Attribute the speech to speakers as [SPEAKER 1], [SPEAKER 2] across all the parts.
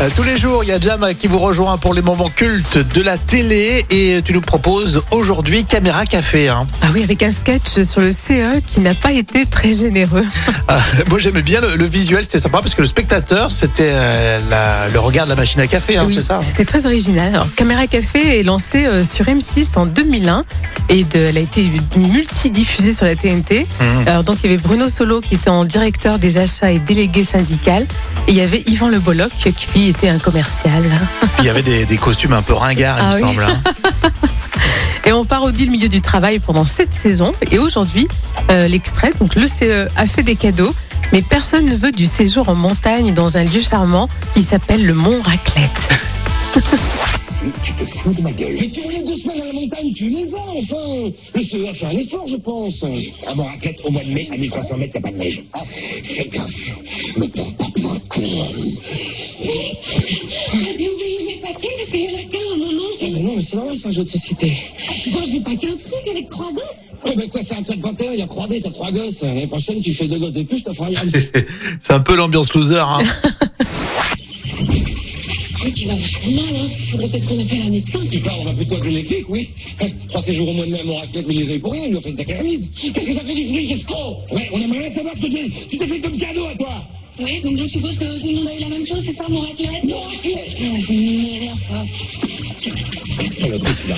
[SPEAKER 1] Euh, Tous les jours, il y a Jam qui vous rejoint pour les moments cultes de la télé et tu nous proposes aujourd'hui Caméra Café. hein.
[SPEAKER 2] Ah oui, avec un sketch sur le CE qui n'a pas été très généreux.
[SPEAKER 1] Ah, moi j'aimais bien le, le visuel, c'était sympa parce que le spectateur c'était euh, la- le regard de la machine à café, hein,
[SPEAKER 2] Oui,
[SPEAKER 1] c'est ça
[SPEAKER 2] C'était très original. Alors, Caméra Café est lancée euh, sur M6 en 2001 et de- elle a été multidiffusée sur la TNT.
[SPEAKER 1] Mhm.
[SPEAKER 2] Alors, donc, il y avait Bruno Solo qui était en directeur des achats et délégué syndical. Et il y avait Yvan Le Bolloc qui lui, était un commercial.
[SPEAKER 1] Il y avait des, des costumes un peu ringards, il
[SPEAKER 2] Ah
[SPEAKER 1] me
[SPEAKER 2] oui.
[SPEAKER 1] semble. hein.
[SPEAKER 2] Et on parodie le milieu du travail pendant sept saisons. Et aujourd'hui, euh, l'extrait, donc le CE a fait des cadeaux. Mais personne ne veut du séjour en montagne dans un lieu charmant qui s'appelle le Mont Raclette.
[SPEAKER 3] Tu te fous de ma gueule. Mais tu voulais deux semaines à la montagne, tu les as enfin Le CEA fait un effort, je pense. À Moraclette, au mois de mai, à 1300 mètres, y a pas de neige. Fais gaffe, mais t'es pas pour un con.
[SPEAKER 4] J'ai oublié mes paquets parce qu'il y en a qu'un à mon nom.
[SPEAKER 3] Eh ben non, mais c'est normal, c'est un jeu de société.
[SPEAKER 4] Moi, j'ai pas qu'un truc avec trois gosses.
[SPEAKER 3] Eh ben quoi, c'est un club 21, il y a 3 dés, t'as 3 gosses. L'année prochaine, tu fais deux gosses de plus, je t'offre un yam.
[SPEAKER 1] C'est un peu l'ambiance loser. hein.
[SPEAKER 4] Oui, tu vas vachement mal, hein. Faudrait peut-être qu'on appelle un médecin.
[SPEAKER 3] Tu pars, on va plutôt appeler les flics, oui. Eh, Trois séjours au mois de mai à Moraclette, mais ils les oeils pour rien, ils lui ont fait une sacrée remise. Qu'est-ce que ça fait du fric, escroc Ouais, on aimerait bien savoir ce que tu, tu t'es fait comme cadeau à toi
[SPEAKER 4] Ouais, donc je suppose que tout le monde a eu la même chose, c'est ça, mon raclette Mon raclette Non,
[SPEAKER 3] Mmh,
[SPEAKER 4] c'est une manière, ça.
[SPEAKER 3] Saloperie, là.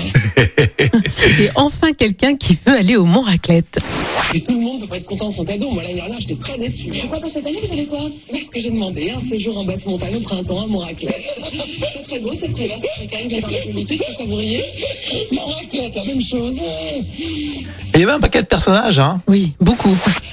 [SPEAKER 2] Et enfin quelqu'un qui veut aller au Mont Raclette.
[SPEAKER 3] Et tout le monde peut pas être content de son cadeau. Moi, l'année dernière, j'étais très déçu.
[SPEAKER 4] Pourquoi pas cette année, vous savez quoi
[SPEAKER 3] Parce que j'ai demandé un séjour en basse montagne au printemps à Moraclet. c'est très beau, c'est très vert, c'est très calme, j'ai parlé solitude, pourquoi vous riez Moraclet, la même chose.
[SPEAKER 1] Et il y avait un paquet de personnages. hein.
[SPEAKER 2] Oui, beaucoup.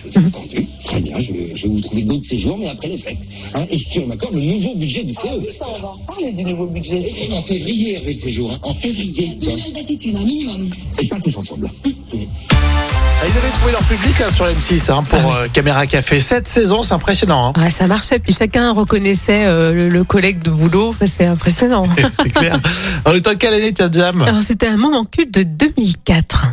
[SPEAKER 3] Vous avez entendu Très bien, je, je vais vous trouver d'autres séjours, mais après les fêtes. Hein, et si on m'accorde le nouveau budget du CE. Ah oui, ça, on va en reparler du nouveau budget. En février, avec le séjour, hein, en février.
[SPEAKER 4] Deux minutes d'attitude, un minimum.
[SPEAKER 3] Et pas tous ensemble.
[SPEAKER 1] Ah, Ils avaient trouvé leur public hein, sur la M6 hein, pour euh, Caméra Café. Cette saison, c'est impressionnant. hein.
[SPEAKER 2] Ah, ça marchait, puis chacun reconnaissait euh, le, le collègue de boulot. Enfin, C'est impressionnant.
[SPEAKER 1] c'est clair. En étant quelle année, t'as Jam
[SPEAKER 2] Alors c'était un moment culte de 2004.